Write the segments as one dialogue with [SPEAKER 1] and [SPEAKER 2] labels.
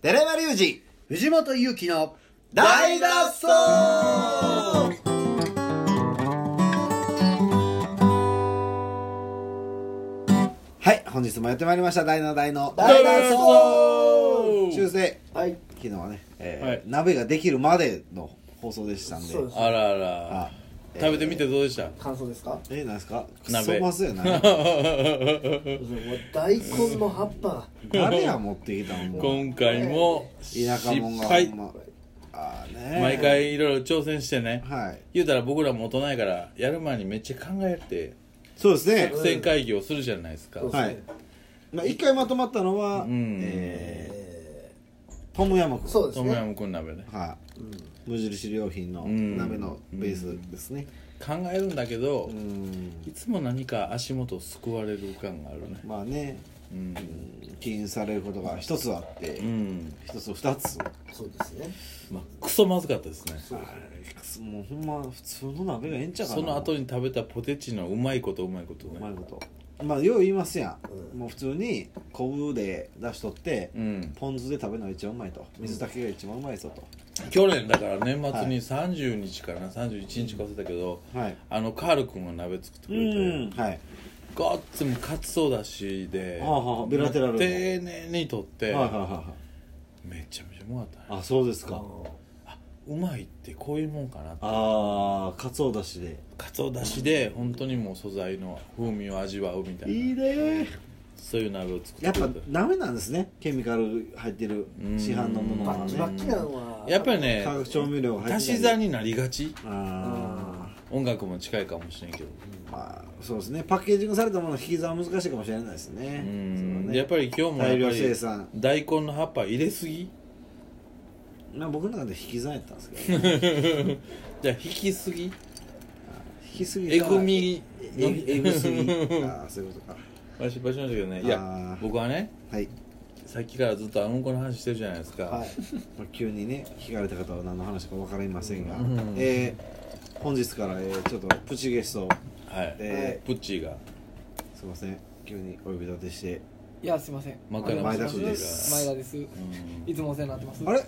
[SPEAKER 1] 寺山隆二
[SPEAKER 2] 藤本勇樹の
[SPEAKER 1] 大脱走はい本日もやってまいりました大の大の
[SPEAKER 2] 大
[SPEAKER 3] 脱走
[SPEAKER 1] 修正
[SPEAKER 2] はい
[SPEAKER 1] 昨日はね、えー
[SPEAKER 3] はい
[SPEAKER 1] 鍋ができるまでの放送でしたんで
[SPEAKER 2] そうです
[SPEAKER 3] あらあ
[SPEAKER 1] あ
[SPEAKER 3] ら。食べてみてどうでした
[SPEAKER 2] 感想ですか
[SPEAKER 1] えー、なんですかク
[SPEAKER 3] 鍋
[SPEAKER 1] ソまずやな
[SPEAKER 2] もう大根の葉っぱ
[SPEAKER 1] 誰や持ってきたのもう
[SPEAKER 3] 今回も失
[SPEAKER 1] 田舎者がほ
[SPEAKER 3] 敗
[SPEAKER 1] ん。まあーね
[SPEAKER 3] 毎回いろいろ挑戦してね。
[SPEAKER 1] はい
[SPEAKER 3] 言うたら僕らも大人やから、やる前にめっちゃ考えて、
[SPEAKER 1] そうですね
[SPEAKER 3] 作戦会議をするじゃないですか。
[SPEAKER 2] うん
[SPEAKER 1] はいまあ、一回まとまったのは、
[SPEAKER 3] ん
[SPEAKER 1] えートムヤムクン
[SPEAKER 2] そうです
[SPEAKER 3] トムヤ
[SPEAKER 2] ね
[SPEAKER 3] ムクン鍋ね。
[SPEAKER 1] はい、無印良品の
[SPEAKER 3] ん
[SPEAKER 1] 鍋のベースですね
[SPEAKER 3] 考えるんだけど
[SPEAKER 1] う、ん
[SPEAKER 3] いつも何か足元をすくわれる感があるね。
[SPEAKER 1] まあね
[SPEAKER 3] うん。
[SPEAKER 1] 起因されることが一つあって
[SPEAKER 3] うん。
[SPEAKER 1] 一つ二つ
[SPEAKER 2] そうですね
[SPEAKER 3] まあ、クソまずかったですね。
[SPEAKER 1] もうほんま普通の鍋がええんちゃうかな
[SPEAKER 3] その後に食べたポテチのうまいことうまいこと
[SPEAKER 1] うまい
[SPEAKER 3] ね。
[SPEAKER 1] ことまあよう言いますやん、もう普通に昆布で出しとって、
[SPEAKER 3] うん。
[SPEAKER 1] ポン酢で食べるのが一番うまいと水炊きが一番うまいぞと、
[SPEAKER 3] 去年だから年末に30日かな、31日か忘れたけど、
[SPEAKER 1] はい
[SPEAKER 3] あのカール君が鍋作ってく
[SPEAKER 1] う
[SPEAKER 3] れて、
[SPEAKER 1] んはい
[SPEAKER 3] ごっつもかつそうだしで、
[SPEAKER 1] はあはあベラテラルの
[SPEAKER 3] 丁寧にとって、
[SPEAKER 1] はいはいはいはい
[SPEAKER 3] めちゃめちゃうまかったね
[SPEAKER 1] あそうですか、
[SPEAKER 3] うまいってこういうもんかな
[SPEAKER 1] ああかつおだしで
[SPEAKER 3] かつおだしで本当にもう素材の風味を味わうみたいない
[SPEAKER 1] ね
[SPEAKER 3] そういう鍋を作って
[SPEAKER 1] やっぱ
[SPEAKER 3] くれた
[SPEAKER 1] ダメなんですねケミカル入ってる市販のもの
[SPEAKER 2] バッ
[SPEAKER 1] は
[SPEAKER 2] キ
[SPEAKER 1] ね
[SPEAKER 2] バッキなのは
[SPEAKER 3] やっぱりね
[SPEAKER 1] 化学調味料が入って
[SPEAKER 3] 足し算になりがち
[SPEAKER 1] あ
[SPEAKER 3] 音楽も近いかもしれんけど、
[SPEAKER 1] ーまあそうですねパッケージングされたものの引き算は難しいかもしれないですね
[SPEAKER 3] うん
[SPEAKER 1] そ
[SPEAKER 3] で
[SPEAKER 1] れ
[SPEAKER 3] や
[SPEAKER 1] は
[SPEAKER 3] っ
[SPEAKER 1] ね
[SPEAKER 3] ぱり今日も
[SPEAKER 1] 大
[SPEAKER 3] や
[SPEAKER 1] 量
[SPEAKER 3] っぱ
[SPEAKER 1] 生
[SPEAKER 3] り
[SPEAKER 1] 産
[SPEAKER 3] 大根の葉っぱ入れすぎ
[SPEAKER 1] まあ僕の中で引き算やったんですけど ね
[SPEAKER 3] じゃあ引きすぎ
[SPEAKER 1] 引きすぎ
[SPEAKER 3] え
[SPEAKER 1] た
[SPEAKER 3] ぐみ
[SPEAKER 1] えぐえぐす ぎああそういうことか
[SPEAKER 3] まあ失敗しましたけどねい
[SPEAKER 1] あ
[SPEAKER 3] や
[SPEAKER 1] ー
[SPEAKER 3] 僕はね
[SPEAKER 1] はい、
[SPEAKER 3] さっきからずっとあうんこの話してるじゃないですか、
[SPEAKER 2] はい
[SPEAKER 1] まあ、急にね聞かれた方は何の話か分かりませんが、
[SPEAKER 3] うん
[SPEAKER 1] えー本日から、えーちょっとプチゲストを
[SPEAKER 3] はい、
[SPEAKER 1] え
[SPEAKER 3] プッチーが
[SPEAKER 1] すいません急にお呼び立てして
[SPEAKER 4] いやすいません
[SPEAKER 3] 真っ赤な
[SPEAKER 1] 前田君で
[SPEAKER 4] 前
[SPEAKER 1] す
[SPEAKER 4] 田ですいつもお世話になってます
[SPEAKER 1] あれ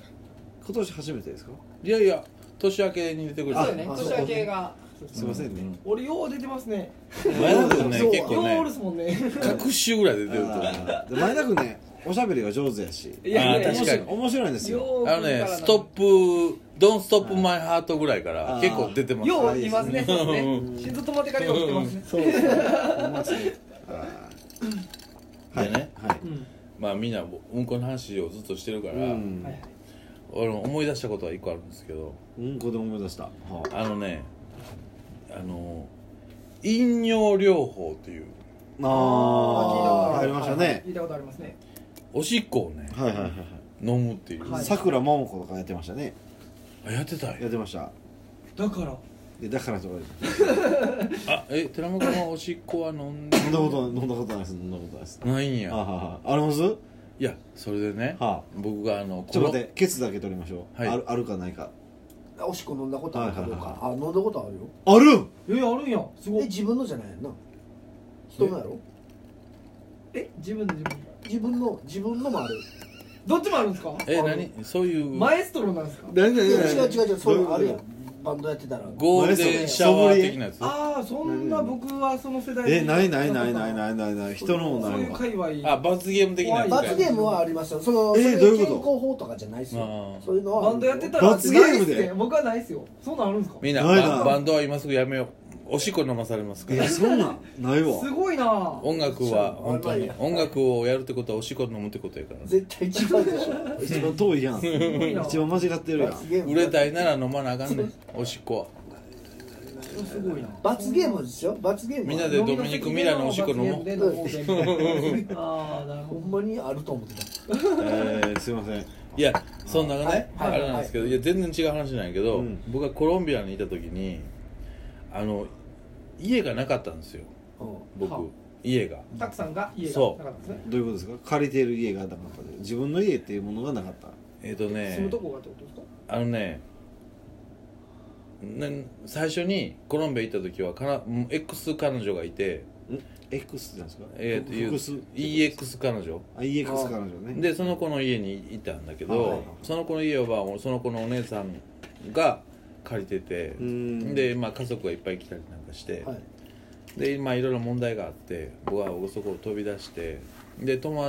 [SPEAKER 1] 今年初めてですか
[SPEAKER 3] いやいや年明けに出てくる
[SPEAKER 4] そうよね
[SPEAKER 1] あ
[SPEAKER 4] 年明けが
[SPEAKER 1] すいませんね、
[SPEAKER 4] 俺よう出てますね
[SPEAKER 3] 前田君ね
[SPEAKER 2] そう
[SPEAKER 3] 結
[SPEAKER 4] よ
[SPEAKER 3] 構
[SPEAKER 4] うおる
[SPEAKER 3] ね
[SPEAKER 4] すもんね
[SPEAKER 3] 各週ぐらい出てると
[SPEAKER 1] あーで前田君ねおしゃべりが上手やし
[SPEAKER 4] いや
[SPEAKER 3] あー
[SPEAKER 4] いや
[SPEAKER 3] 確かに
[SPEAKER 1] 面白いんですよ
[SPEAKER 4] よう
[SPEAKER 3] あのね
[SPEAKER 4] 来るからな
[SPEAKER 3] ストップ「ドンストップマイハートぐらいか
[SPEAKER 1] あ
[SPEAKER 3] ら
[SPEAKER 1] ー
[SPEAKER 3] 結構出てます
[SPEAKER 4] よういますねそうです
[SPEAKER 3] う
[SPEAKER 4] ね心臓止まってからよう来てますね
[SPEAKER 1] そうほんまですねあーはい
[SPEAKER 3] でね
[SPEAKER 1] はい
[SPEAKER 4] うん
[SPEAKER 3] まあみんなうんこの話をずっとしてるから、
[SPEAKER 1] うん
[SPEAKER 4] はいはい
[SPEAKER 3] 俺も思い出したことは一個あるんですけど
[SPEAKER 1] うん子供思い出したはあ
[SPEAKER 3] あのねあの飲尿療法っていう
[SPEAKER 1] あーありました
[SPEAKER 4] はい
[SPEAKER 1] ね
[SPEAKER 4] 聞いたことありますね
[SPEAKER 3] おしっこをね
[SPEAKER 1] はいはいはい
[SPEAKER 3] 飲むっていう、
[SPEAKER 4] は
[SPEAKER 1] はいいさくらももことかやってましたね
[SPEAKER 3] あやってたんや
[SPEAKER 1] やってました
[SPEAKER 4] だから
[SPEAKER 1] でだからとか言って
[SPEAKER 3] あえ寺山君はおしっこは飲んで
[SPEAKER 1] 飲んだこと飲んだことないです飲んだことないです
[SPEAKER 3] ないん
[SPEAKER 1] あ
[SPEAKER 3] や
[SPEAKER 1] ははあります
[SPEAKER 3] いやそれでね、
[SPEAKER 1] はあ
[SPEAKER 3] 僕があの
[SPEAKER 1] ちょっと待っ
[SPEAKER 3] こ
[SPEAKER 1] てケツだけ取りましょう
[SPEAKER 3] はい
[SPEAKER 1] あるあるかないか
[SPEAKER 2] おしっこ飲んだことあるかどう
[SPEAKER 1] はい
[SPEAKER 2] かあ飲んだことあるよ
[SPEAKER 1] あるん
[SPEAKER 4] えあるんやすご
[SPEAKER 2] え
[SPEAKER 4] い
[SPEAKER 2] 自分のじゃないやんな人のやろ
[SPEAKER 4] え自分で自分で
[SPEAKER 2] 自分の自分のもある
[SPEAKER 4] どっちもあるんですか
[SPEAKER 3] のえ何そういう
[SPEAKER 4] マエストロなんですか
[SPEAKER 1] 何
[SPEAKER 2] いや違う違う違うそういうのあるや
[SPEAKER 1] どうい
[SPEAKER 2] んバンドやってたら
[SPEAKER 3] ゴールデンシャワー的なやつあ
[SPEAKER 4] ああそんな僕はその世代
[SPEAKER 1] えないないないない
[SPEAKER 4] い
[SPEAKER 1] ないないない人のも
[SPEAKER 4] そ
[SPEAKER 1] な
[SPEAKER 4] う
[SPEAKER 1] い
[SPEAKER 4] いう
[SPEAKER 1] わ
[SPEAKER 4] 界隈
[SPEAKER 3] 罰ゲーム的なやつか
[SPEAKER 2] 罰ゲームはありますよその、
[SPEAKER 1] えー
[SPEAKER 2] それ
[SPEAKER 1] どういうこと
[SPEAKER 2] 健康法とかじゃないですよ
[SPEAKER 3] あー
[SPEAKER 2] そういうのは
[SPEAKER 4] バンドやってた
[SPEAKER 2] ら
[SPEAKER 4] ら
[SPEAKER 1] 罰ゲームで
[SPEAKER 4] ないっすね僕はないっすよそんなんあるんですか
[SPEAKER 3] みんな
[SPEAKER 1] ないな
[SPEAKER 3] ババンドは今すぐやめようおしっこ飲まされますか
[SPEAKER 1] い
[SPEAKER 3] ら
[SPEAKER 1] やそんなんないわ
[SPEAKER 4] すごいなぁ
[SPEAKER 3] 音楽は本当
[SPEAKER 2] そう
[SPEAKER 3] に
[SPEAKER 2] やば
[SPEAKER 3] 音楽をやるってことはおしっこ飲むってことやからね
[SPEAKER 2] 絶対違うでしょ
[SPEAKER 1] 一番遠いやん
[SPEAKER 4] いな
[SPEAKER 1] 一番間違ってるやん
[SPEAKER 2] 罰ゲーム
[SPEAKER 3] 売れたいなら飲まなあかんねんおしっこは
[SPEAKER 4] すごいな
[SPEAKER 2] 罰ゲームですよ罰ゲームは
[SPEAKER 3] みんなでドミニクミラのおしっこ飲もう
[SPEAKER 4] 飲みの席で飲もうああなる
[SPEAKER 2] ほ
[SPEAKER 4] ほ
[SPEAKER 2] んまにあると思ってた
[SPEAKER 1] えーすいません
[SPEAKER 3] いやそんなね
[SPEAKER 2] はい
[SPEAKER 3] あ
[SPEAKER 2] はい
[SPEAKER 3] れなんですけどいや全然違う話なんやけど
[SPEAKER 1] うん
[SPEAKER 3] 僕がコロンビアにいた時にあの家がなかったんですよ
[SPEAKER 2] うん
[SPEAKER 4] は
[SPEAKER 3] 僕家が
[SPEAKER 4] どたくさんが家が
[SPEAKER 3] そう
[SPEAKER 4] なかったんですね
[SPEAKER 1] どういうことですか借りてる家がなかったで自分の家っていうものがなかった
[SPEAKER 3] えっとね
[SPEAKER 4] 住むとこがってことですか
[SPEAKER 3] あのねね最初にコロンビア行った時はから X 彼女がいて
[SPEAKER 1] X ってなんですか
[SPEAKER 3] えー、という
[SPEAKER 1] 複数
[SPEAKER 3] EX 彼女
[SPEAKER 1] あ EX 彼女ね
[SPEAKER 3] でその子の家にいたんだけ
[SPEAKER 1] はいはいは
[SPEAKER 3] ど
[SPEAKER 1] い
[SPEAKER 3] その子の家はその子のお姉さんが借りてて
[SPEAKER 1] うん
[SPEAKER 3] で、まあ、家族がいっぱい来たりなんかして、
[SPEAKER 2] はい
[SPEAKER 3] でまあいろいろ問題があって僕はそこを飛び出してで友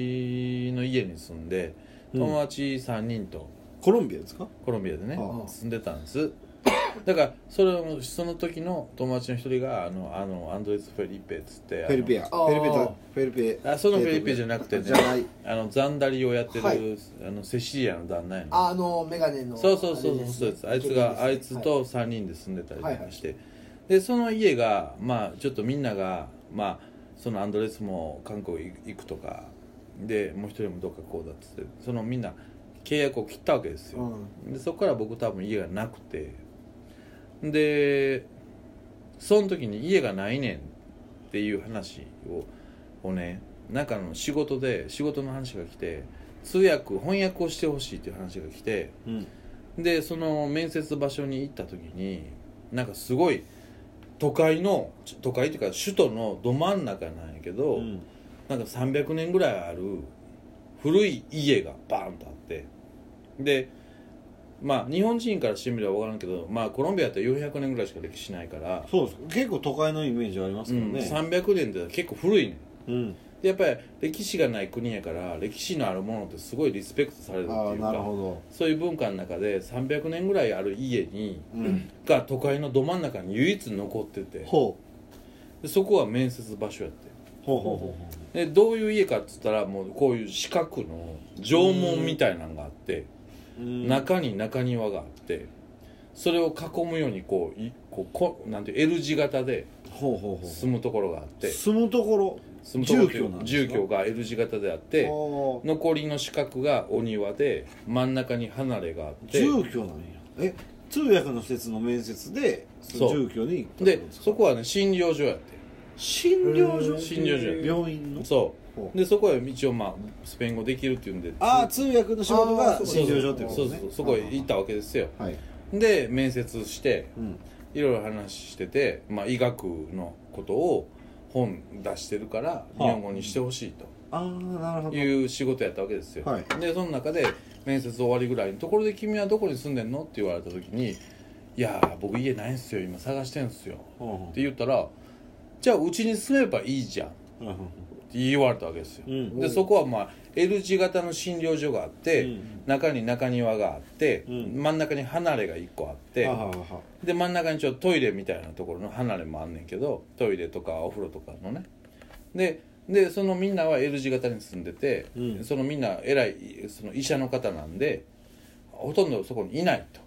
[SPEAKER 3] 達の家に住んで
[SPEAKER 1] うん
[SPEAKER 3] 友達3人と
[SPEAKER 1] コロンビアですか
[SPEAKER 3] コロンビアでね、
[SPEAKER 1] ああ
[SPEAKER 3] 住んでたんです だからそれをその時の友達の一人があのあのアンドレス・フェリペっつってあの
[SPEAKER 1] フェルペア
[SPEAKER 2] あ
[SPEAKER 1] フェ
[SPEAKER 2] ー
[SPEAKER 1] ルペタフェルペ
[SPEAKER 3] あそのフェリペじゃなくてね
[SPEAKER 1] じゃない
[SPEAKER 3] あのザンダリをやってる、
[SPEAKER 2] はい
[SPEAKER 3] あのセシリアの旦那やの
[SPEAKER 2] あのメガネの
[SPEAKER 3] そうそうそう
[SPEAKER 2] あれで
[SPEAKER 3] そう
[SPEAKER 2] す
[SPEAKER 3] そう
[SPEAKER 2] ね
[SPEAKER 3] ですあいつ
[SPEAKER 2] イケメンです
[SPEAKER 3] が
[SPEAKER 2] ね
[SPEAKER 3] あいつと3人で住んでたりとかして、でその家がまあちょっとみんながまあそのアンドレスも韓国行くとかでもう一人もどっかこうだっつってそのみんな契約を切ったわけですよ、でそこから僕多分家がなくてでその時に家がないねんっていう話ををねなんかあの仕事で仕事の話が来て通訳翻訳をしてほしいっていう話が来て
[SPEAKER 1] うん
[SPEAKER 3] でその面接場所に行った時になんかすごい都会のち都会っていうか首都のど真ん中なんやけど、
[SPEAKER 1] うん
[SPEAKER 3] なんか300年ぐらいある古い家がバーンとあってでまあ日本人からしてみれば分からんけど、まあ、コロンビアって400年ぐらいしか歴史ないから、
[SPEAKER 1] そうです結構都会のイメージあります
[SPEAKER 3] う
[SPEAKER 1] けど
[SPEAKER 3] ん、
[SPEAKER 1] ね
[SPEAKER 3] 300年って結構古いねん
[SPEAKER 1] うん
[SPEAKER 3] でやっぱり歴史がない国やから歴史のあるものってすごいリスペクトされるって
[SPEAKER 1] ああ
[SPEAKER 3] いう
[SPEAKER 1] なる
[SPEAKER 3] か
[SPEAKER 1] ほ
[SPEAKER 3] そういう文化の中で300年ぐらいある家に
[SPEAKER 1] どうん
[SPEAKER 3] が都会のど真ん中に唯一残ってて
[SPEAKER 1] ほ
[SPEAKER 3] でそこは面接場所やって
[SPEAKER 1] うほうほうほ
[SPEAKER 3] でどういう家かっつったらもうこういう四角の縄文みたいなのがあって
[SPEAKER 1] ううん
[SPEAKER 3] 中に中庭があってそれを囲むようにこういこうこなんていう L 字型で
[SPEAKER 1] ほうほうほう
[SPEAKER 3] 住むところがあって
[SPEAKER 1] 住むところ
[SPEAKER 3] 住むところってい
[SPEAKER 1] 住居なん
[SPEAKER 3] う
[SPEAKER 1] です
[SPEAKER 3] 住
[SPEAKER 1] か
[SPEAKER 3] 居が L 字型であっ
[SPEAKER 1] あ
[SPEAKER 3] て
[SPEAKER 1] ー
[SPEAKER 3] 残りの四角がお庭で真ん中に離れがあって
[SPEAKER 1] 住居なんやえ通訳の施設の面接でその
[SPEAKER 3] そう
[SPEAKER 1] 住居に行ったって
[SPEAKER 3] で
[SPEAKER 1] ことですか
[SPEAKER 3] そこはね診療所やって
[SPEAKER 1] 診療所
[SPEAKER 3] 診療所
[SPEAKER 1] 病院の
[SPEAKER 3] そ
[SPEAKER 1] ほう
[SPEAKER 3] うでそこは一応まあスペイン語できるっていうんで
[SPEAKER 1] ああ通訳の仕事
[SPEAKER 2] あ
[SPEAKER 1] が
[SPEAKER 2] ー
[SPEAKER 1] 診療所って
[SPEAKER 3] そ
[SPEAKER 1] こ
[SPEAKER 3] う
[SPEAKER 1] と
[SPEAKER 3] そ
[SPEAKER 1] ね
[SPEAKER 3] うそうそこへ行ったわけですよ
[SPEAKER 1] はい
[SPEAKER 3] で面接して
[SPEAKER 1] うん
[SPEAKER 3] いろいろ話してて、まあ、医学のことを本出してるから日本語にしてほしい
[SPEAKER 1] ああなるほ
[SPEAKER 3] と
[SPEAKER 1] ど
[SPEAKER 3] いう仕事やったわけですよ、
[SPEAKER 1] はい
[SPEAKER 3] でその中で面接終わりぐらいのところで「君はどこに住んでんの?」って言われた時に「いやー僕家ないんすよ今探してんすよ」
[SPEAKER 1] ほうほ
[SPEAKER 3] って言ったら「じゃあうちに住めばいいじゃん」っ
[SPEAKER 1] ううん
[SPEAKER 3] て言われたわけですよ
[SPEAKER 1] うん
[SPEAKER 3] でそこはまあ L 字型の診療所があって、
[SPEAKER 1] うん
[SPEAKER 3] 中に中庭があって、
[SPEAKER 1] うん
[SPEAKER 3] 真ん中に離れが1個あって、
[SPEAKER 1] ははは
[SPEAKER 3] で真ん中にちょっとトイレみたいなところの離れもあんねんけどトイレとかお風呂とかのねででそのみんなは L 字型に住んでて、
[SPEAKER 1] うん
[SPEAKER 3] そのみんな偉いその医者の方なんでほとんどそこにいないと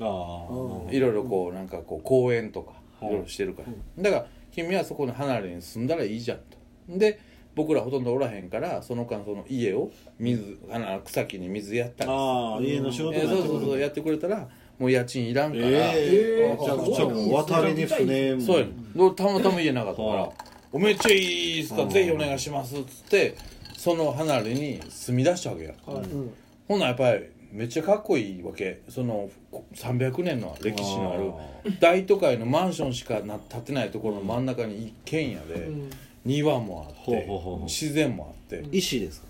[SPEAKER 1] ああ
[SPEAKER 3] いろいろこうなんかこう講演とか
[SPEAKER 1] うん
[SPEAKER 3] いろいろしてるから、だから君はそこの離れに住んだらいいじゃんとで僕らほとんどおらへんからその間その家を水あの草木に水やったり
[SPEAKER 1] ああ家の仕事
[SPEAKER 3] えー
[SPEAKER 1] や
[SPEAKER 3] そ
[SPEAKER 1] っ
[SPEAKER 3] う
[SPEAKER 1] て
[SPEAKER 3] そうそうやってくれたらもう家賃いらんから、
[SPEAKER 1] ええ
[SPEAKER 4] えー
[SPEAKER 1] めちゃくちゃもう渡りに船も
[SPEAKER 3] そうやねんたまたま家なかったか
[SPEAKER 1] は
[SPEAKER 3] ら
[SPEAKER 1] い
[SPEAKER 3] 「おめっちゃいいっすか
[SPEAKER 1] うん
[SPEAKER 3] ぜひお願いします」っつってその離れに住み出したわけや
[SPEAKER 2] うん
[SPEAKER 3] ほんならやっぱりめっちゃかっこいいわけそのこ300年の歴史のある大都会のマンションしかな建ってないところの真ん中に一軒家で
[SPEAKER 4] うん
[SPEAKER 3] 庭もあっ
[SPEAKER 1] ほう
[SPEAKER 3] て
[SPEAKER 1] ほうほうほう
[SPEAKER 3] 自然もあって
[SPEAKER 1] 石ですか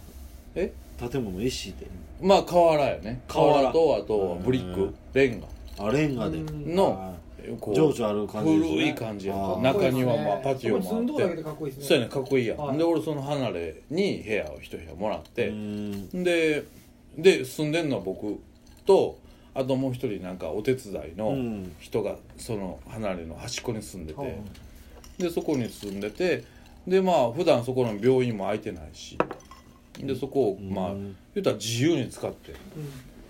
[SPEAKER 3] え
[SPEAKER 1] 建物石で
[SPEAKER 3] まあ瓦やね
[SPEAKER 1] 瓦
[SPEAKER 3] 瓦とあとはブリッ
[SPEAKER 1] う
[SPEAKER 3] ク
[SPEAKER 1] ん
[SPEAKER 3] レンガ
[SPEAKER 1] あレンガで
[SPEAKER 4] うん
[SPEAKER 3] のこう
[SPEAKER 1] 情緒ある感じですね
[SPEAKER 3] 古い感じやん
[SPEAKER 1] あ
[SPEAKER 3] か
[SPEAKER 1] ー
[SPEAKER 3] 中庭もパティオ
[SPEAKER 4] そこに住ん
[SPEAKER 3] も
[SPEAKER 4] どる
[SPEAKER 3] あ
[SPEAKER 4] だ
[SPEAKER 3] って
[SPEAKER 4] けでかっこいいですね
[SPEAKER 3] そうやねかっこいいやん、
[SPEAKER 4] はい
[SPEAKER 3] で俺その離れに部屋を一部屋もらって
[SPEAKER 1] う、ん
[SPEAKER 3] でで住んでんのは僕とあともう一人なんかお手伝いうの
[SPEAKER 1] ん
[SPEAKER 3] 人がその離れの端っこに住んでて、
[SPEAKER 2] はい
[SPEAKER 3] でそこに住んでてでまあ普段そこの病院も空いてないしでそこをまあ
[SPEAKER 1] うん
[SPEAKER 3] 言ったら自由に使って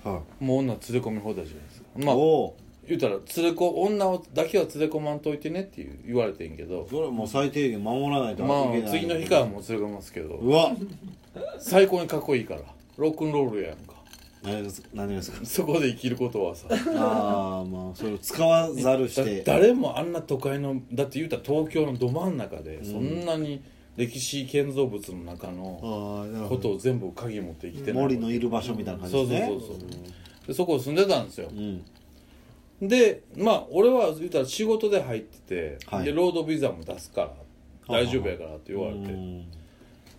[SPEAKER 1] は
[SPEAKER 3] もう女連れ込み放題じゃないですか
[SPEAKER 1] い
[SPEAKER 3] まあ
[SPEAKER 1] おお
[SPEAKER 3] 言うたら連れこ女をだけは連れ込まんといてねっていう言われてんけど
[SPEAKER 1] それはもう最低限守らないといけ
[SPEAKER 3] ま
[SPEAKER 1] ない
[SPEAKER 3] あ次の日からもう連れ込みますけど
[SPEAKER 1] うわ
[SPEAKER 3] 最高にかっこいいからロックンロールやんか
[SPEAKER 1] 何です何です か
[SPEAKER 3] そこで生きることはさ
[SPEAKER 1] ああまあそれを使わざるして
[SPEAKER 3] だ誰もあんな都会のだって言うたら東京のど真ん中でそんなに歴史建造物の中の
[SPEAKER 1] ああなるほ
[SPEAKER 3] こ
[SPEAKER 1] ど
[SPEAKER 3] とを全部鍵持って生きてない
[SPEAKER 1] 森のいる場所みたいな感じ
[SPEAKER 3] そ
[SPEAKER 1] で
[SPEAKER 3] う
[SPEAKER 1] す
[SPEAKER 3] そ
[SPEAKER 1] ね
[SPEAKER 3] うそうそうでそこを住んでたんですよ
[SPEAKER 1] うん
[SPEAKER 3] でまあ俺は言うたら仕事で入ってて、
[SPEAKER 1] はい
[SPEAKER 3] でロードビザも出すから大丈夫やからって言われて、
[SPEAKER 1] う
[SPEAKER 3] っ
[SPEAKER 1] ん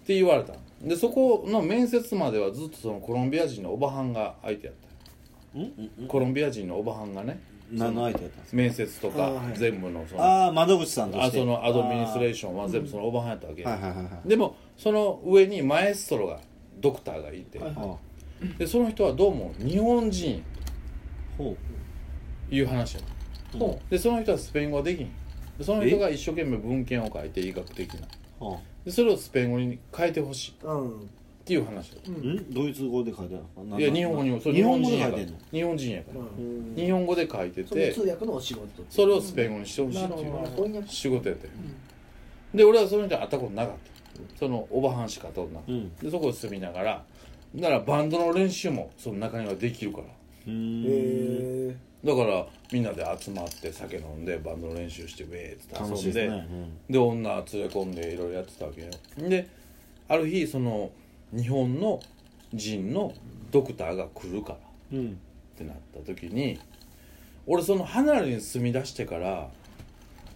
[SPEAKER 3] て言われたんでそこの面接まではずっとそのコロンビア人のおばはんが相手やったよコロンビア人のおばはんがね
[SPEAKER 1] 何の相手やったんです
[SPEAKER 3] 面接と
[SPEAKER 2] あ
[SPEAKER 3] か
[SPEAKER 2] ーはい
[SPEAKER 3] 全部のそのあ
[SPEAKER 1] かああ窓口さんとして
[SPEAKER 3] そのアドミニストレー
[SPEAKER 1] シ
[SPEAKER 3] ションは全部そのおばはんやったわけよ、
[SPEAKER 1] はいはいはいはい
[SPEAKER 3] でもその上にマエストロがドクターがいて、
[SPEAKER 4] はい
[SPEAKER 1] ああ
[SPEAKER 3] でその人はどうも日本人
[SPEAKER 1] ほ
[SPEAKER 3] いう話や
[SPEAKER 1] う
[SPEAKER 4] ほ
[SPEAKER 3] でその人はスペイン語はできんでその人が一生懸命文献を書いて医学的な
[SPEAKER 1] は
[SPEAKER 3] でそれをスペイン語に変えてほしい
[SPEAKER 2] うん
[SPEAKER 3] っていう話だ
[SPEAKER 1] あ
[SPEAKER 4] うん
[SPEAKER 1] んドイツ語で書いてあるのか
[SPEAKER 3] いや日本語にもそう
[SPEAKER 1] 日本語で
[SPEAKER 3] 人
[SPEAKER 1] 書
[SPEAKER 3] や
[SPEAKER 1] い
[SPEAKER 3] か
[SPEAKER 1] て
[SPEAKER 3] ら
[SPEAKER 1] んの
[SPEAKER 3] 日本人やか
[SPEAKER 2] う
[SPEAKER 3] ら
[SPEAKER 2] ん
[SPEAKER 3] 日本語で書いて
[SPEAKER 2] その
[SPEAKER 3] て
[SPEAKER 2] 通訳のお仕事
[SPEAKER 3] それをスペイン語にしてほしいってい
[SPEAKER 4] なる
[SPEAKER 3] う
[SPEAKER 4] ほ
[SPEAKER 2] 翻訳
[SPEAKER 3] 仕事やってで俺はその人に会ったことなかったそのおばはんしか会ったことなかっ
[SPEAKER 1] うん
[SPEAKER 3] たでそこに住みながらならバンドの練習もその中にはできるから
[SPEAKER 1] うーん
[SPEAKER 2] へえ
[SPEAKER 3] だからみんなで集まって酒飲んでバンドの練習してウェーって
[SPEAKER 1] 楽し
[SPEAKER 3] 遊
[SPEAKER 1] い
[SPEAKER 3] んで
[SPEAKER 1] ですねうん
[SPEAKER 3] で女連れ込んでいろいろやってたわけよである日その日本の人のドクターが来るから
[SPEAKER 1] うん
[SPEAKER 3] ってなった時に俺その離れに住み出してから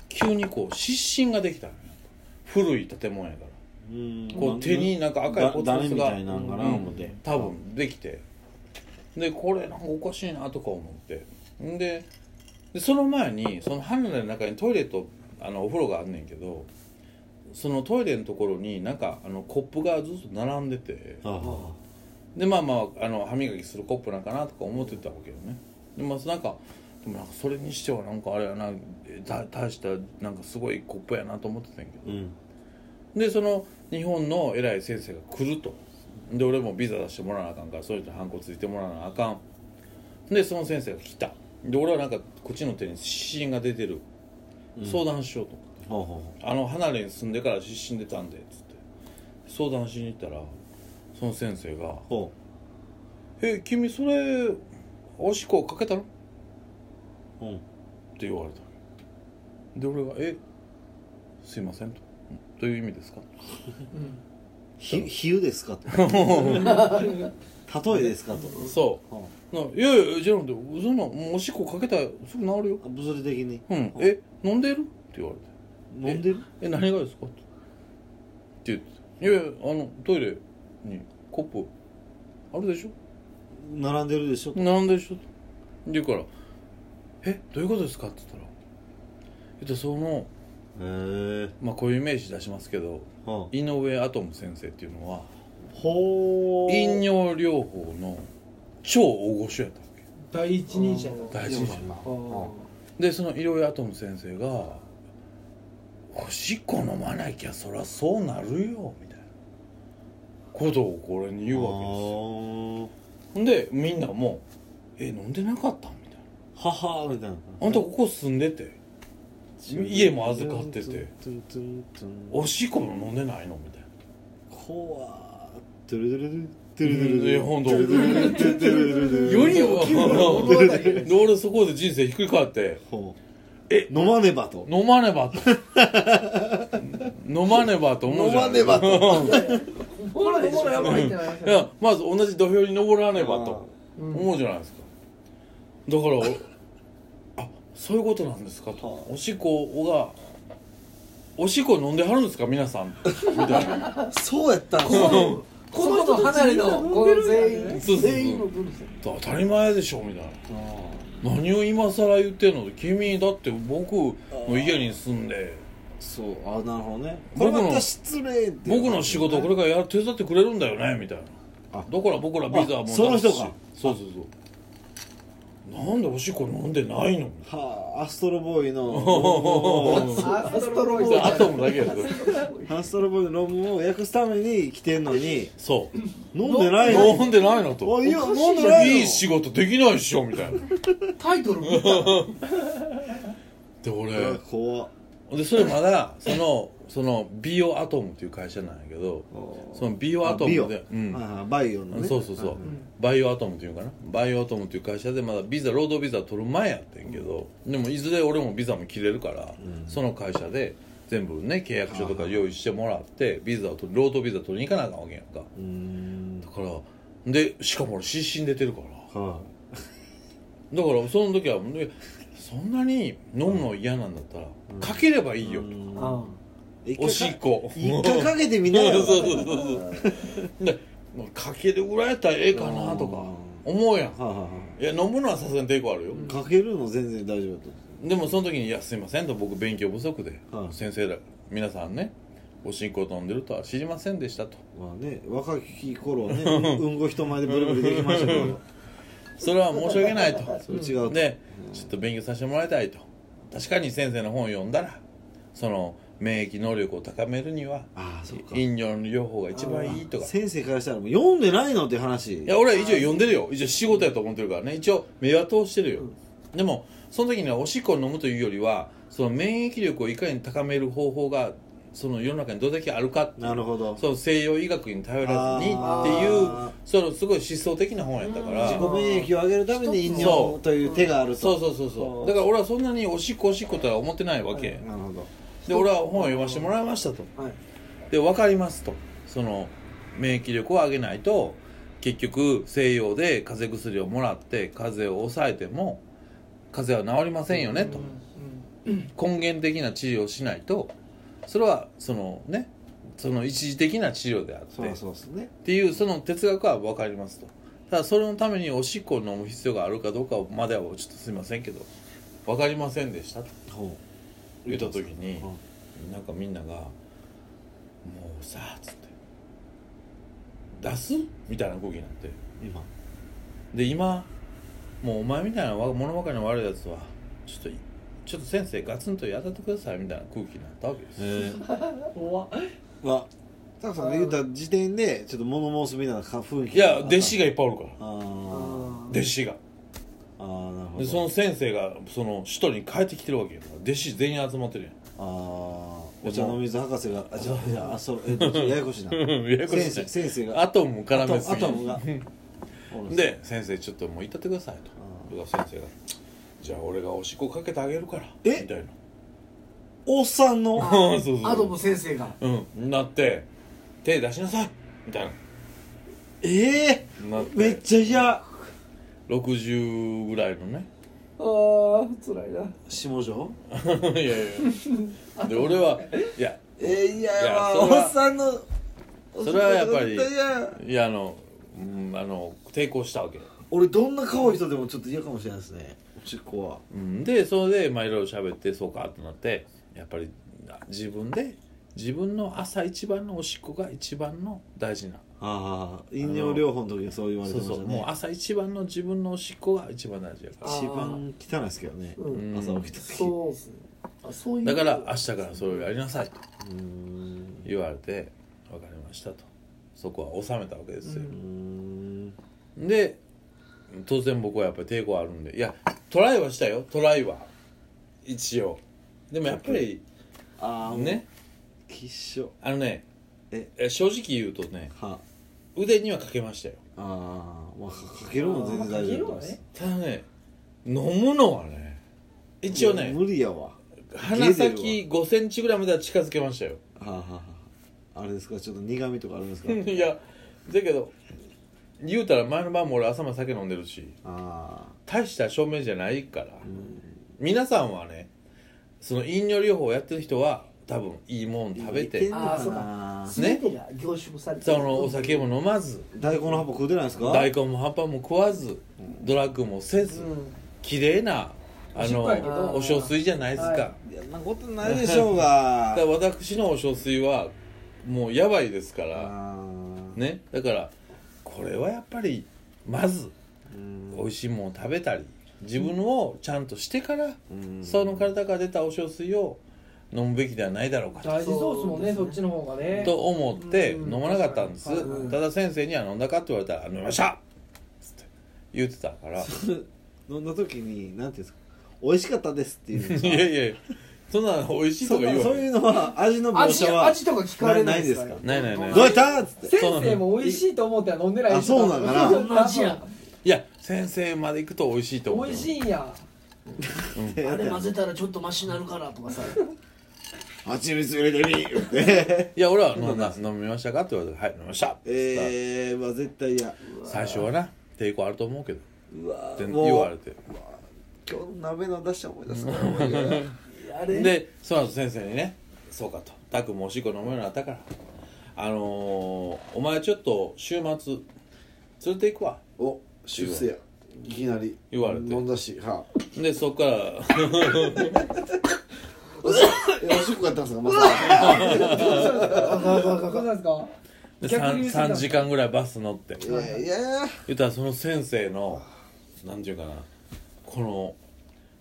[SPEAKER 3] 急にこう失神ができたのよ古い建物やから
[SPEAKER 1] うん
[SPEAKER 3] こう手になんか赤いポツ
[SPEAKER 1] だ
[SPEAKER 3] ポ
[SPEAKER 1] 誰
[SPEAKER 3] ツ
[SPEAKER 1] み
[SPEAKER 3] が
[SPEAKER 1] たいなんかな
[SPEAKER 3] うん
[SPEAKER 1] 思って
[SPEAKER 3] 多分できてでこれなんかおかしいなとか思ってんででその前にその離れの中にトイレとあのお風呂があんねんけどそのトイレのところになんかあのコップがずっと並んでて
[SPEAKER 1] ああ
[SPEAKER 2] あ
[SPEAKER 3] でまあまああの歯磨きするコップなんかなとか思ってたわけよねでまあなんかでもなんかそれにしてはなんかあれやなえだ大したなんかすごいコップやなと思ってたんやけど
[SPEAKER 1] うん
[SPEAKER 3] でその日本の偉い先生が来るとで俺もビザ出してもらわなあかんからそういう人にハンコついてもらわなあかんでその先生が来たで俺はなんかこっちの手に湿疹が出てる、相談しようと思って
[SPEAKER 1] ほうほ
[SPEAKER 3] あの離れに住んでから湿疹出たんでつって相談しに行ったらその先生が
[SPEAKER 1] うほ
[SPEAKER 3] 「え君それおしっこかけたの?」
[SPEAKER 1] ううん
[SPEAKER 3] って言われたわけで俺が「えすいません」と「どういう意味ですか?」
[SPEAKER 1] ひ比喩ですかと例えですかと
[SPEAKER 3] そう、
[SPEAKER 1] は
[SPEAKER 3] ないやいやじゃなくてそんなもうおしっこかけたらすぐ治るよ
[SPEAKER 1] あ物理的に
[SPEAKER 3] うんえ飲んでるって言われて
[SPEAKER 1] 飲んでる
[SPEAKER 3] え何がですかって言っていやいやあのトイレにコップあるでしょ
[SPEAKER 1] 並んでるでしょ
[SPEAKER 3] 並んでるでしょって言うからえどういうことですかって言ったらえっとその
[SPEAKER 1] へえ
[SPEAKER 3] まあこういう名詞出しますけど
[SPEAKER 1] は
[SPEAKER 3] 井上アトム先生っていうのは
[SPEAKER 1] あほう
[SPEAKER 3] 飲尿療法の超大御所やったわけ
[SPEAKER 4] 第一人者だ
[SPEAKER 3] 大事
[SPEAKER 1] な
[SPEAKER 4] あー
[SPEAKER 3] でその井上アトム先生が「おしっこ飲まなきゃそらそうなるよ」みたいなことをこれに言うわけですよでみんなも「え飲んでなかった?」みたい
[SPEAKER 1] ははみたいな
[SPEAKER 3] な「あんたここ住んでて家も預かってて
[SPEAKER 1] トゥントゥントゥントゥン
[SPEAKER 3] おしっこも飲んでないの?」みたいな
[SPEAKER 1] 怖っトゥルドゥルドゥトゥルドゥルドゥ
[SPEAKER 3] いやほんと
[SPEAKER 1] トゥルドゥルドゥトゥルドゥルドゥ
[SPEAKER 3] よりは
[SPEAKER 2] 思わないよね
[SPEAKER 3] で俺そこで人生ひっくり返って
[SPEAKER 1] ほうえ飲まねばと
[SPEAKER 3] 飲まねばと 飲まねばと思うじゃない
[SPEAKER 1] 飲まねば
[SPEAKER 3] と
[SPEAKER 4] ほらほらやばいってない
[SPEAKER 3] いやまず同じ土俵に登らねばと
[SPEAKER 4] うん
[SPEAKER 3] 思うじゃないですか、だから俺あそういうことなんですかと、
[SPEAKER 1] は
[SPEAKER 3] おしっこがおしっこ飲んではるんですか皆さんみたいな
[SPEAKER 1] そうやったん
[SPEAKER 4] この人離れのこの全員
[SPEAKER 3] そうそうそう
[SPEAKER 4] 全員の分ですよ
[SPEAKER 3] 当たり前でしょみたいな何を今更言ってんの君だって僕の家に住んで
[SPEAKER 1] そうあなるほどねこれ
[SPEAKER 3] 僕の
[SPEAKER 1] また失礼って
[SPEAKER 3] 僕の仕事をこれからやる手伝ってくれるんだよねみたいな
[SPEAKER 1] あ
[SPEAKER 3] だから僕らビザも
[SPEAKER 1] あ
[SPEAKER 3] 出すし
[SPEAKER 1] その人か
[SPEAKER 3] そうそうそうなんでおしっこ飲んでないの
[SPEAKER 1] はあアストロボーイの 論文を
[SPEAKER 4] アストロボーイ
[SPEAKER 3] アトムだけやつ
[SPEAKER 1] アストロボーイの論文を訳すために来てんのに
[SPEAKER 3] そう
[SPEAKER 1] 飲んでないの
[SPEAKER 3] 飲んでないのと
[SPEAKER 1] あいや
[SPEAKER 4] おかしい
[SPEAKER 1] 飲んでないの
[SPEAKER 3] いい仕事できないっしょみたいな
[SPEAKER 4] タイトル見たの
[SPEAKER 3] で
[SPEAKER 1] あ
[SPEAKER 3] 俺
[SPEAKER 1] 怖っ
[SPEAKER 3] でそれまだそのそのビオアトムっていう会社なんやけどそのビオアトム
[SPEAKER 1] ビオ
[SPEAKER 3] でうん
[SPEAKER 1] はいはいバイオのね
[SPEAKER 3] そうそうそう、バイオアトムっていうかなバイオアトムっていう会社でまだビザ労働ビザ取る前やってんけど、でもいずれ俺もビザも切れるから、その会社で全部ね契約書とか用意してもらってビザを取り労働ビザ取りに行かなあかんわけやんか
[SPEAKER 1] うーん
[SPEAKER 3] だからでしかも俺失神出てるから
[SPEAKER 1] は
[SPEAKER 3] だからその時はねそんなに飲むの嫌なんだったら、かければいいよと
[SPEAKER 1] い
[SPEAKER 4] あ
[SPEAKER 1] 一回
[SPEAKER 3] おしっこ
[SPEAKER 1] 一回かけてみなよ
[SPEAKER 3] そうそうそうそうでまあかけるぐらいやったらええかなとか思うやん
[SPEAKER 1] はいはいはい
[SPEAKER 3] や飲むのはさすがに抵抗あるよ、
[SPEAKER 1] いかけるの全然大丈夫だと思
[SPEAKER 3] でもその時に「いやすいません」と僕勉強不足で、
[SPEAKER 1] はい
[SPEAKER 3] 先生だ皆さんねおしっこを飲んでるとは知りませんでしたと
[SPEAKER 1] うまあね若き頃はねうんこ人前でブルブルできましたけど
[SPEAKER 3] それは申し訳ないと
[SPEAKER 1] それ違うと
[SPEAKER 3] でちょっと勉強させてもらいたいと確かに先生の本を読んだらその免疫能力を高めるには
[SPEAKER 1] ああそうか
[SPEAKER 3] 飲料療法が一番いいとか
[SPEAKER 1] 先生からしたらもう読んでないのって話
[SPEAKER 3] いや俺は一応読んでるよ一応仕事やと思ってるからね一応目は通してるよ、でもその時にはおしっこを飲むというよりはその免疫力をいかに高める方法がその世の中にどれだけあるかっていう
[SPEAKER 1] なるほど
[SPEAKER 3] その西洋医学に頼らずに
[SPEAKER 1] あ
[SPEAKER 3] って
[SPEAKER 1] ー
[SPEAKER 3] いうそのすごい思想的な本やったから
[SPEAKER 1] 自己免疫を上げるために飲
[SPEAKER 3] そ
[SPEAKER 1] 料という手があると
[SPEAKER 3] そうそうそうそうだから俺はそんなにおしっこおしっことは思ってないわけ
[SPEAKER 1] なるほど
[SPEAKER 3] で俺は本を読ませてもらいましたと
[SPEAKER 4] はい
[SPEAKER 3] で分かりますとその免疫力を上げないと結局西洋で風邪薬をもらって風邪を抑えても風邪は治りませんよねと根源的な治療をしないとそれはそのねその一時的な治療であって
[SPEAKER 1] そうそうですね
[SPEAKER 3] っていうその哲学は分かりますとただそれのためにおしっこを飲む必要があるかどうかまではちょっとすいませんけど分かりませんでしたと
[SPEAKER 1] ほ
[SPEAKER 3] 言った時に
[SPEAKER 1] う、
[SPEAKER 3] なんかみんなが「もうさ」っつって「出す?」みたいな動きになって
[SPEAKER 1] 今
[SPEAKER 3] で今もうお前みたいなわ物分かりの悪いやつはちょっといちょっと先生ガツンとやっててくださいみたいな空気になったわけです
[SPEAKER 1] え
[SPEAKER 4] 怖っ
[SPEAKER 1] はタカさんが言った時点でちょっと物申すみたいな雰囲気
[SPEAKER 3] いや弟子がいっぱいおるから
[SPEAKER 1] あー
[SPEAKER 4] あ
[SPEAKER 3] 弟子が
[SPEAKER 1] あーなるほ
[SPEAKER 3] で
[SPEAKER 1] ど
[SPEAKER 3] その先生がその首都に帰ってきてるわけよ弟子全員集まってるやん
[SPEAKER 1] あーお茶の水博士があじゃあじゃあそうえっとややこしいな
[SPEAKER 3] ややこしいな
[SPEAKER 1] 先生先生が
[SPEAKER 3] アトム絡めす
[SPEAKER 1] ア
[SPEAKER 3] ぎ
[SPEAKER 1] トムが
[SPEAKER 3] で先生ちょっともう行ったってくださいと
[SPEAKER 1] あ
[SPEAKER 3] 僕は先生が「じゃあ俺がおしっこかけてあげるから」み
[SPEAKER 1] え
[SPEAKER 3] たいな
[SPEAKER 1] おっさんの
[SPEAKER 3] そう そうそう
[SPEAKER 4] アドム先生が
[SPEAKER 3] うんなって手出しなさいみたい
[SPEAKER 1] ええ
[SPEAKER 3] ななっ
[SPEAKER 1] めってちゃ嫌
[SPEAKER 3] 60ぐらい のね
[SPEAKER 4] ああ辛いな
[SPEAKER 1] 下條
[SPEAKER 3] いやいやで俺はいや
[SPEAKER 1] えー、いや
[SPEAKER 3] いや
[SPEAKER 1] まあ
[SPEAKER 3] それは
[SPEAKER 1] おっさんの
[SPEAKER 3] それはやっぱり
[SPEAKER 1] おっさんの絶対嫌
[SPEAKER 3] いやあの,、うん、あの抵抗したわけ、
[SPEAKER 1] 俺どんな顔人でもちょっと嫌かもしれないですねおしっこは
[SPEAKER 3] うん、でそれでまあいろいろ喋ってそうかってなってやっぱりあ自分で自分の朝一番のおしっこが一番の大事な
[SPEAKER 1] ああ飲料療法の時にそう言われてま
[SPEAKER 3] そう
[SPEAKER 1] し
[SPEAKER 3] そ
[SPEAKER 1] た
[SPEAKER 3] うもう
[SPEAKER 1] ね
[SPEAKER 3] 朝一番の自分のおしっこが一番大事やから
[SPEAKER 4] あ
[SPEAKER 1] 一番汚いですけどね
[SPEAKER 4] う
[SPEAKER 3] うんん
[SPEAKER 1] 朝起きた時う
[SPEAKER 4] そうっすねあそういう
[SPEAKER 3] だから明日からそれをやりなさいと
[SPEAKER 1] ーん
[SPEAKER 3] 言われて分かりましたとそこは収めたわけですよ
[SPEAKER 1] うー、ん
[SPEAKER 3] で当然僕はやっぱり抵抗あるんでいやトライはしたよトライは一応でもやっぱり
[SPEAKER 1] ああ
[SPEAKER 3] ね
[SPEAKER 1] きっしょ
[SPEAKER 3] あのね
[SPEAKER 1] え
[SPEAKER 3] え正直言うとね
[SPEAKER 1] は
[SPEAKER 3] 腕にはかけましたよ
[SPEAKER 1] ああまあかけるも全然大丈夫だと思いま
[SPEAKER 4] あーかけるのはね
[SPEAKER 1] す
[SPEAKER 3] ただね飲むのはね一応ね
[SPEAKER 1] 無理やわは
[SPEAKER 3] 鼻
[SPEAKER 1] ゲ
[SPEAKER 3] 先5センチぐらいまでは近づけましたよ
[SPEAKER 1] あはあはああれですかちょっと苦味とかあるんですか
[SPEAKER 3] いやだけど言うたら前の晩も俺朝まで酒飲んでるし
[SPEAKER 1] あ
[SPEAKER 3] 大した証明じゃないから、
[SPEAKER 1] あうん
[SPEAKER 3] 皆さんはねその飲料療法をやってる人は多分いいもん食べ
[SPEAKER 1] いけん
[SPEAKER 3] て
[SPEAKER 1] の
[SPEAKER 4] あーそう
[SPEAKER 1] か
[SPEAKER 4] か
[SPEAKER 1] な
[SPEAKER 4] 全てが凝縮されて
[SPEAKER 3] そのお酒も飲まず
[SPEAKER 1] 大根の葉っぱ食うてないですか
[SPEAKER 3] 大根も葉っぱも食わずドラッグもせず
[SPEAKER 4] うん
[SPEAKER 3] 綺麗なあの
[SPEAKER 4] おしっこやけど
[SPEAKER 3] お小水じゃないですか,、
[SPEAKER 4] はい
[SPEAKER 1] いやそんなことないでしょうが
[SPEAKER 3] だから私のお小水はもうやばいですから
[SPEAKER 1] あー
[SPEAKER 3] ねだからこれはやっぱりまず
[SPEAKER 1] うん
[SPEAKER 3] 美味しいものを食べたり自分をちゃんとしてから、
[SPEAKER 1] うん
[SPEAKER 3] その体から出たお小水を飲むべきではないだろうかと,、
[SPEAKER 5] 大事そうですもんねそっちの方がね
[SPEAKER 3] 思って
[SPEAKER 5] うん
[SPEAKER 3] 飲まなかったんです、
[SPEAKER 5] うん
[SPEAKER 3] ただ先生には飲んだかって言われたら「飲みました!」つって言ってたから「
[SPEAKER 1] 飲んだ時になんていうんですか美味しかったですっていうの
[SPEAKER 3] い
[SPEAKER 1] か
[SPEAKER 3] やいやそんな美味しいと
[SPEAKER 1] そ
[SPEAKER 3] か
[SPEAKER 1] んな
[SPEAKER 3] 言わ
[SPEAKER 1] そう
[SPEAKER 3] ない
[SPEAKER 1] いうのは味の描
[SPEAKER 5] 味
[SPEAKER 1] 写は
[SPEAKER 5] 味とか聞かれないんですか
[SPEAKER 1] ない
[SPEAKER 3] ないないない
[SPEAKER 1] どうやったっつって
[SPEAKER 5] 先生も美味しいと思っては飲んでないでしょ
[SPEAKER 1] あそうなんかな
[SPEAKER 5] 多分
[SPEAKER 4] マジや
[SPEAKER 3] いや先生まで行くと美味しいと思う
[SPEAKER 5] 美味しいんや
[SPEAKER 4] あれ混ぜたらちょっとマシになるからとかさ
[SPEAKER 1] 蜂蜜入れてみ って
[SPEAKER 3] いや俺は飲んだ飲みましたかって言われたら「はい飲みました」
[SPEAKER 1] えー、まあ絶対嫌
[SPEAKER 3] 最初はな抵抗あると思うけど
[SPEAKER 1] うわ
[SPEAKER 3] って
[SPEAKER 1] ー
[SPEAKER 3] 言
[SPEAKER 1] もう
[SPEAKER 3] われて
[SPEAKER 1] 今日の鍋の出した思い出すな思い出が
[SPEAKER 4] あれ
[SPEAKER 3] でその後先生にね「そうか」と「たくもおしっこ飲むようになったからあのー、お前ちょっと週末連れて行くわ
[SPEAKER 2] お出世やいきなり
[SPEAKER 3] 言われて
[SPEAKER 2] 飲んだしは あ
[SPEAKER 3] でそっから
[SPEAKER 2] えおしっこやったんですかまさ
[SPEAKER 5] そうなんですか
[SPEAKER 3] で
[SPEAKER 5] 逆に言う
[SPEAKER 3] 3,
[SPEAKER 5] てた
[SPEAKER 3] 3時間ぐらいバス乗って
[SPEAKER 2] かいやいや
[SPEAKER 3] 言ったらその先生のなんていうかなこの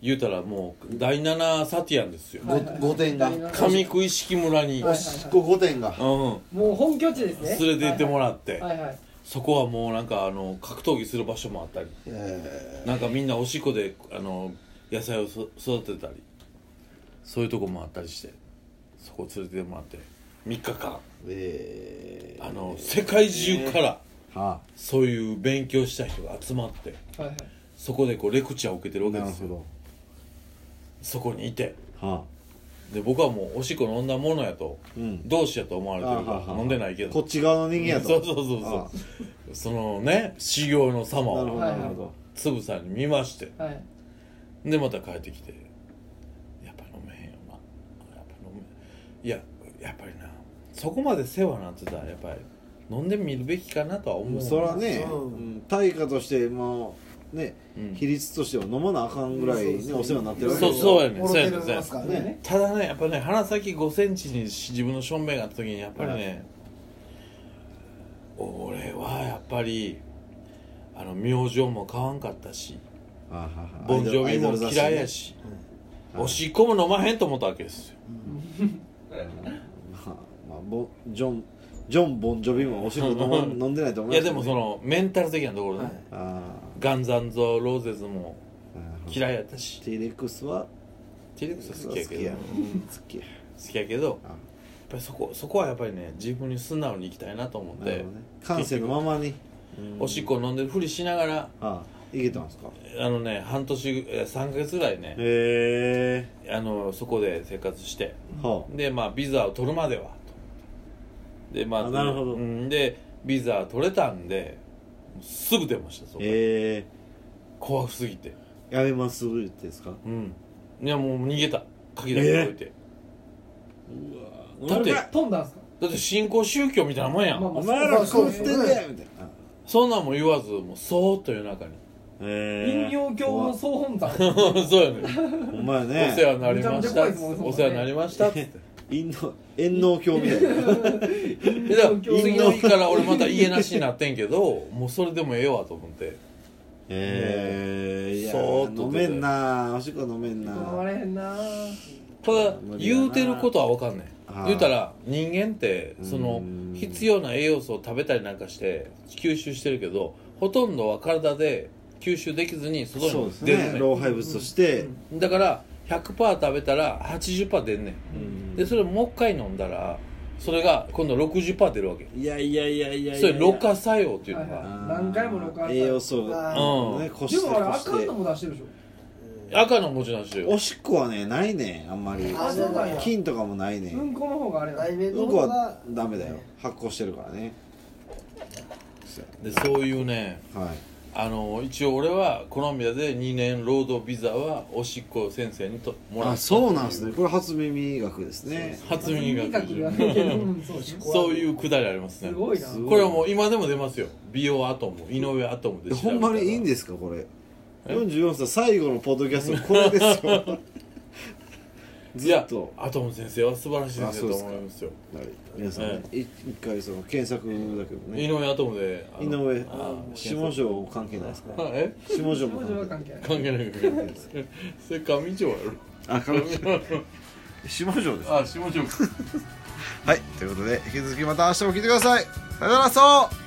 [SPEAKER 3] 言うたらもう第7サティアンですよ
[SPEAKER 5] はい
[SPEAKER 2] 5点が
[SPEAKER 5] はい
[SPEAKER 3] 上食い式村に、
[SPEAKER 2] おしっこ5点が
[SPEAKER 3] うん、
[SPEAKER 5] もう本拠地ですね
[SPEAKER 3] 連れて行ってもらって、
[SPEAKER 5] はいはい
[SPEAKER 3] そこはもうなんかあの格闘技する場所もあったり
[SPEAKER 2] え
[SPEAKER 3] なんかみんなおしっこであの野菜をそ育てたりそういうとこもあったりしてそこ連れて行ってもらって3日間
[SPEAKER 2] ーえー
[SPEAKER 3] あの世界中から
[SPEAKER 1] は
[SPEAKER 3] そういう勉強した人が集まって
[SPEAKER 5] はいはい
[SPEAKER 3] そこでこうレクチャーを受けてる
[SPEAKER 1] あ
[SPEAKER 3] わけ
[SPEAKER 1] な
[SPEAKER 3] で
[SPEAKER 1] る
[SPEAKER 3] す
[SPEAKER 1] ほ
[SPEAKER 3] よ
[SPEAKER 1] ど
[SPEAKER 3] そこにいて
[SPEAKER 1] は
[SPEAKER 3] で僕はもうおしっこ飲んだものやと
[SPEAKER 1] あうん
[SPEAKER 3] 同志やと思われて
[SPEAKER 1] あ
[SPEAKER 3] る
[SPEAKER 1] は
[SPEAKER 3] か
[SPEAKER 1] は
[SPEAKER 3] ら飲んでないけど
[SPEAKER 1] こっち側の人間やと
[SPEAKER 3] そうそうそうそうそのね修行の様
[SPEAKER 1] なるほど
[SPEAKER 3] を
[SPEAKER 5] はいは
[SPEAKER 1] ないるほど
[SPEAKER 3] つぶさに見まして
[SPEAKER 5] はい
[SPEAKER 3] でまた帰ってきてやっぱ飲めへんよなやっぱ飲めいややっぱりなそこまで世話なんてたらやっぱり飲んでみるべきかなとは思う
[SPEAKER 1] そらね
[SPEAKER 2] うん
[SPEAKER 1] うん対価としてもうね
[SPEAKER 3] うん
[SPEAKER 1] 比率としては飲まなあかんぐらいねお世話になってるわけ
[SPEAKER 3] そう
[SPEAKER 1] ですよ
[SPEAKER 3] そうやねん
[SPEAKER 2] もろ
[SPEAKER 3] そう
[SPEAKER 2] て
[SPEAKER 3] や
[SPEAKER 2] る
[SPEAKER 3] ねんそうやねん
[SPEAKER 2] から
[SPEAKER 5] ね
[SPEAKER 3] ただねやっぱね鼻先5センチに自分の正面があった時にやっぱりね、俺はやっぱりあの明星も買わんかったし
[SPEAKER 1] あはは
[SPEAKER 3] ボンジョビも嫌いや
[SPEAKER 1] し
[SPEAKER 3] し、
[SPEAKER 1] うん
[SPEAKER 3] おしっこも飲まへんと思ったわけですよ
[SPEAKER 1] まあまあボンジョンジョン・ボンジョビもおしっこ飲ま飲んでないと思
[SPEAKER 3] い
[SPEAKER 1] いま
[SPEAKER 3] や
[SPEAKER 1] すけど
[SPEAKER 3] で
[SPEAKER 1] ね
[SPEAKER 3] もそのメンタル的なところね、
[SPEAKER 2] はい
[SPEAKER 1] あ
[SPEAKER 3] ガンザンゾローゼズも
[SPEAKER 1] あ
[SPEAKER 3] 嫌いやったし
[SPEAKER 1] T レックスは
[SPEAKER 3] テレクス好きやけど
[SPEAKER 1] 好
[SPEAKER 3] 好
[SPEAKER 1] きや
[SPEAKER 3] きやけど
[SPEAKER 1] あ
[SPEAKER 3] やっぱりそこそこはやっぱりね自分に素直に行きたいなと思っ
[SPEAKER 1] なる
[SPEAKER 3] て
[SPEAKER 1] ほどね感性のままに
[SPEAKER 3] おしっこ飲んでるふりしながら
[SPEAKER 1] ああいけたんですか
[SPEAKER 3] あのね半年えー3ヶ月ぐらいね
[SPEAKER 1] へえ
[SPEAKER 3] あのそこで生活して
[SPEAKER 1] はあ
[SPEAKER 3] でまあビザを取るまではとでまあ
[SPEAKER 1] あなるほど
[SPEAKER 3] うん、でビザ取れたんですぐ出ましたそこ、
[SPEAKER 1] え
[SPEAKER 3] 怖すぎて
[SPEAKER 1] えやめます言ってですか
[SPEAKER 3] うんいやもう逃げた鍵だけ置いて、だってだ
[SPEAKER 5] 飛んだんですか
[SPEAKER 3] って新興宗教みたいなもんやん、
[SPEAKER 5] まあま
[SPEAKER 1] お前ら
[SPEAKER 2] そ
[SPEAKER 1] こ
[SPEAKER 2] う
[SPEAKER 1] う
[SPEAKER 2] そ
[SPEAKER 1] し
[SPEAKER 2] う
[SPEAKER 1] てんだよみたいな
[SPEAKER 3] そんなんも言わずもうそーっと夜中に
[SPEAKER 1] え
[SPEAKER 5] 陰陽教の総本山
[SPEAKER 3] そうやね
[SPEAKER 1] お前
[SPEAKER 3] お世
[SPEAKER 1] ね
[SPEAKER 3] 話にな
[SPEAKER 5] め
[SPEAKER 3] りま
[SPEAKER 5] ちゃめち
[SPEAKER 3] し
[SPEAKER 5] ゃ
[SPEAKER 3] た
[SPEAKER 5] 怖いですもんそんなね
[SPEAKER 3] お世話になり ましたっつって
[SPEAKER 1] 陰の縁能教みたいな
[SPEAKER 3] でだから
[SPEAKER 5] 陰陽教
[SPEAKER 3] 次の日から俺また家なしになってんけどもうそれでもええわと思って
[SPEAKER 1] ええいや
[SPEAKER 3] そーっと
[SPEAKER 1] 飲めんなおしっこ飲めんな
[SPEAKER 5] 飲まれへんな
[SPEAKER 3] ただ
[SPEAKER 1] 無理やな
[SPEAKER 3] 言うてることは分かんね
[SPEAKER 1] あ
[SPEAKER 3] ん
[SPEAKER 1] ー
[SPEAKER 3] 言うたら人間ってそうの
[SPEAKER 1] ん
[SPEAKER 3] 必要な栄養素を食べたりなんかして吸収してるけどほとんどは体で吸収できずに外
[SPEAKER 1] そう
[SPEAKER 3] に
[SPEAKER 1] です
[SPEAKER 3] 出る
[SPEAKER 1] ね
[SPEAKER 3] ね
[SPEAKER 1] 老廃物として
[SPEAKER 3] だから100%食べたら80%出んねんでそれもう一回飲んだらそれが今度60%出るわけ
[SPEAKER 1] いやいやいやいや
[SPEAKER 3] それろ過作用っていうの
[SPEAKER 5] はい
[SPEAKER 3] が
[SPEAKER 5] は何回もろ過
[SPEAKER 1] 栄養素
[SPEAKER 2] あ
[SPEAKER 1] を
[SPEAKER 3] ー
[SPEAKER 1] ねこ
[SPEAKER 5] で
[SPEAKER 1] して
[SPEAKER 5] もあれ
[SPEAKER 1] こ
[SPEAKER 5] あ
[SPEAKER 1] し
[SPEAKER 5] かん
[SPEAKER 1] て
[SPEAKER 5] のも出してるでしょ
[SPEAKER 3] 赤の文字なんですよ
[SPEAKER 1] おしっこはねないねあんまり
[SPEAKER 5] あそうなんや
[SPEAKER 1] 菌とかもないね
[SPEAKER 5] うんこの方があれなん
[SPEAKER 2] 来
[SPEAKER 5] で
[SPEAKER 1] う
[SPEAKER 2] 年の
[SPEAKER 1] ん
[SPEAKER 2] 方
[SPEAKER 1] こ
[SPEAKER 2] が
[SPEAKER 1] はダメだよ発酵してるからね
[SPEAKER 3] でそういうね
[SPEAKER 1] はい
[SPEAKER 3] あの一応俺はコロンビアで2年労働ビザはおしっこ先生にともら
[SPEAKER 1] あ
[SPEAKER 3] った
[SPEAKER 1] そうなんですねこれ初耳学ですね
[SPEAKER 3] 初耳
[SPEAKER 5] 味
[SPEAKER 3] 学
[SPEAKER 5] 覚が出てるうんそうし
[SPEAKER 3] そういうくだりありますね
[SPEAKER 5] すごいな
[SPEAKER 1] すご
[SPEAKER 3] これはもう今でも出ますよ美容アトム井上アトムで調べた
[SPEAKER 1] ほ
[SPEAKER 3] ら
[SPEAKER 1] んまにいいんですかこれ44歳最後のポッドキャストこれですよ
[SPEAKER 3] い
[SPEAKER 1] ず
[SPEAKER 3] や
[SPEAKER 1] っと
[SPEAKER 3] アトム先生は素晴らしい先生だと
[SPEAKER 1] あそうですか
[SPEAKER 3] 思いますよ
[SPEAKER 1] はい皆さんねい一回その検索だけど
[SPEAKER 3] 井
[SPEAKER 1] ね
[SPEAKER 3] 上アトムであ
[SPEAKER 1] 井
[SPEAKER 3] の
[SPEAKER 1] 上
[SPEAKER 3] あー
[SPEAKER 1] 下条関係ないですか
[SPEAKER 3] あ え
[SPEAKER 1] 下条も
[SPEAKER 5] 表情は関係ない
[SPEAKER 3] 関係ない関係ない それ上条やろ
[SPEAKER 1] あ関係ない下条です
[SPEAKER 3] あ下条か
[SPEAKER 1] はいということで引き続きまた明日も聞いてくださいさよならそう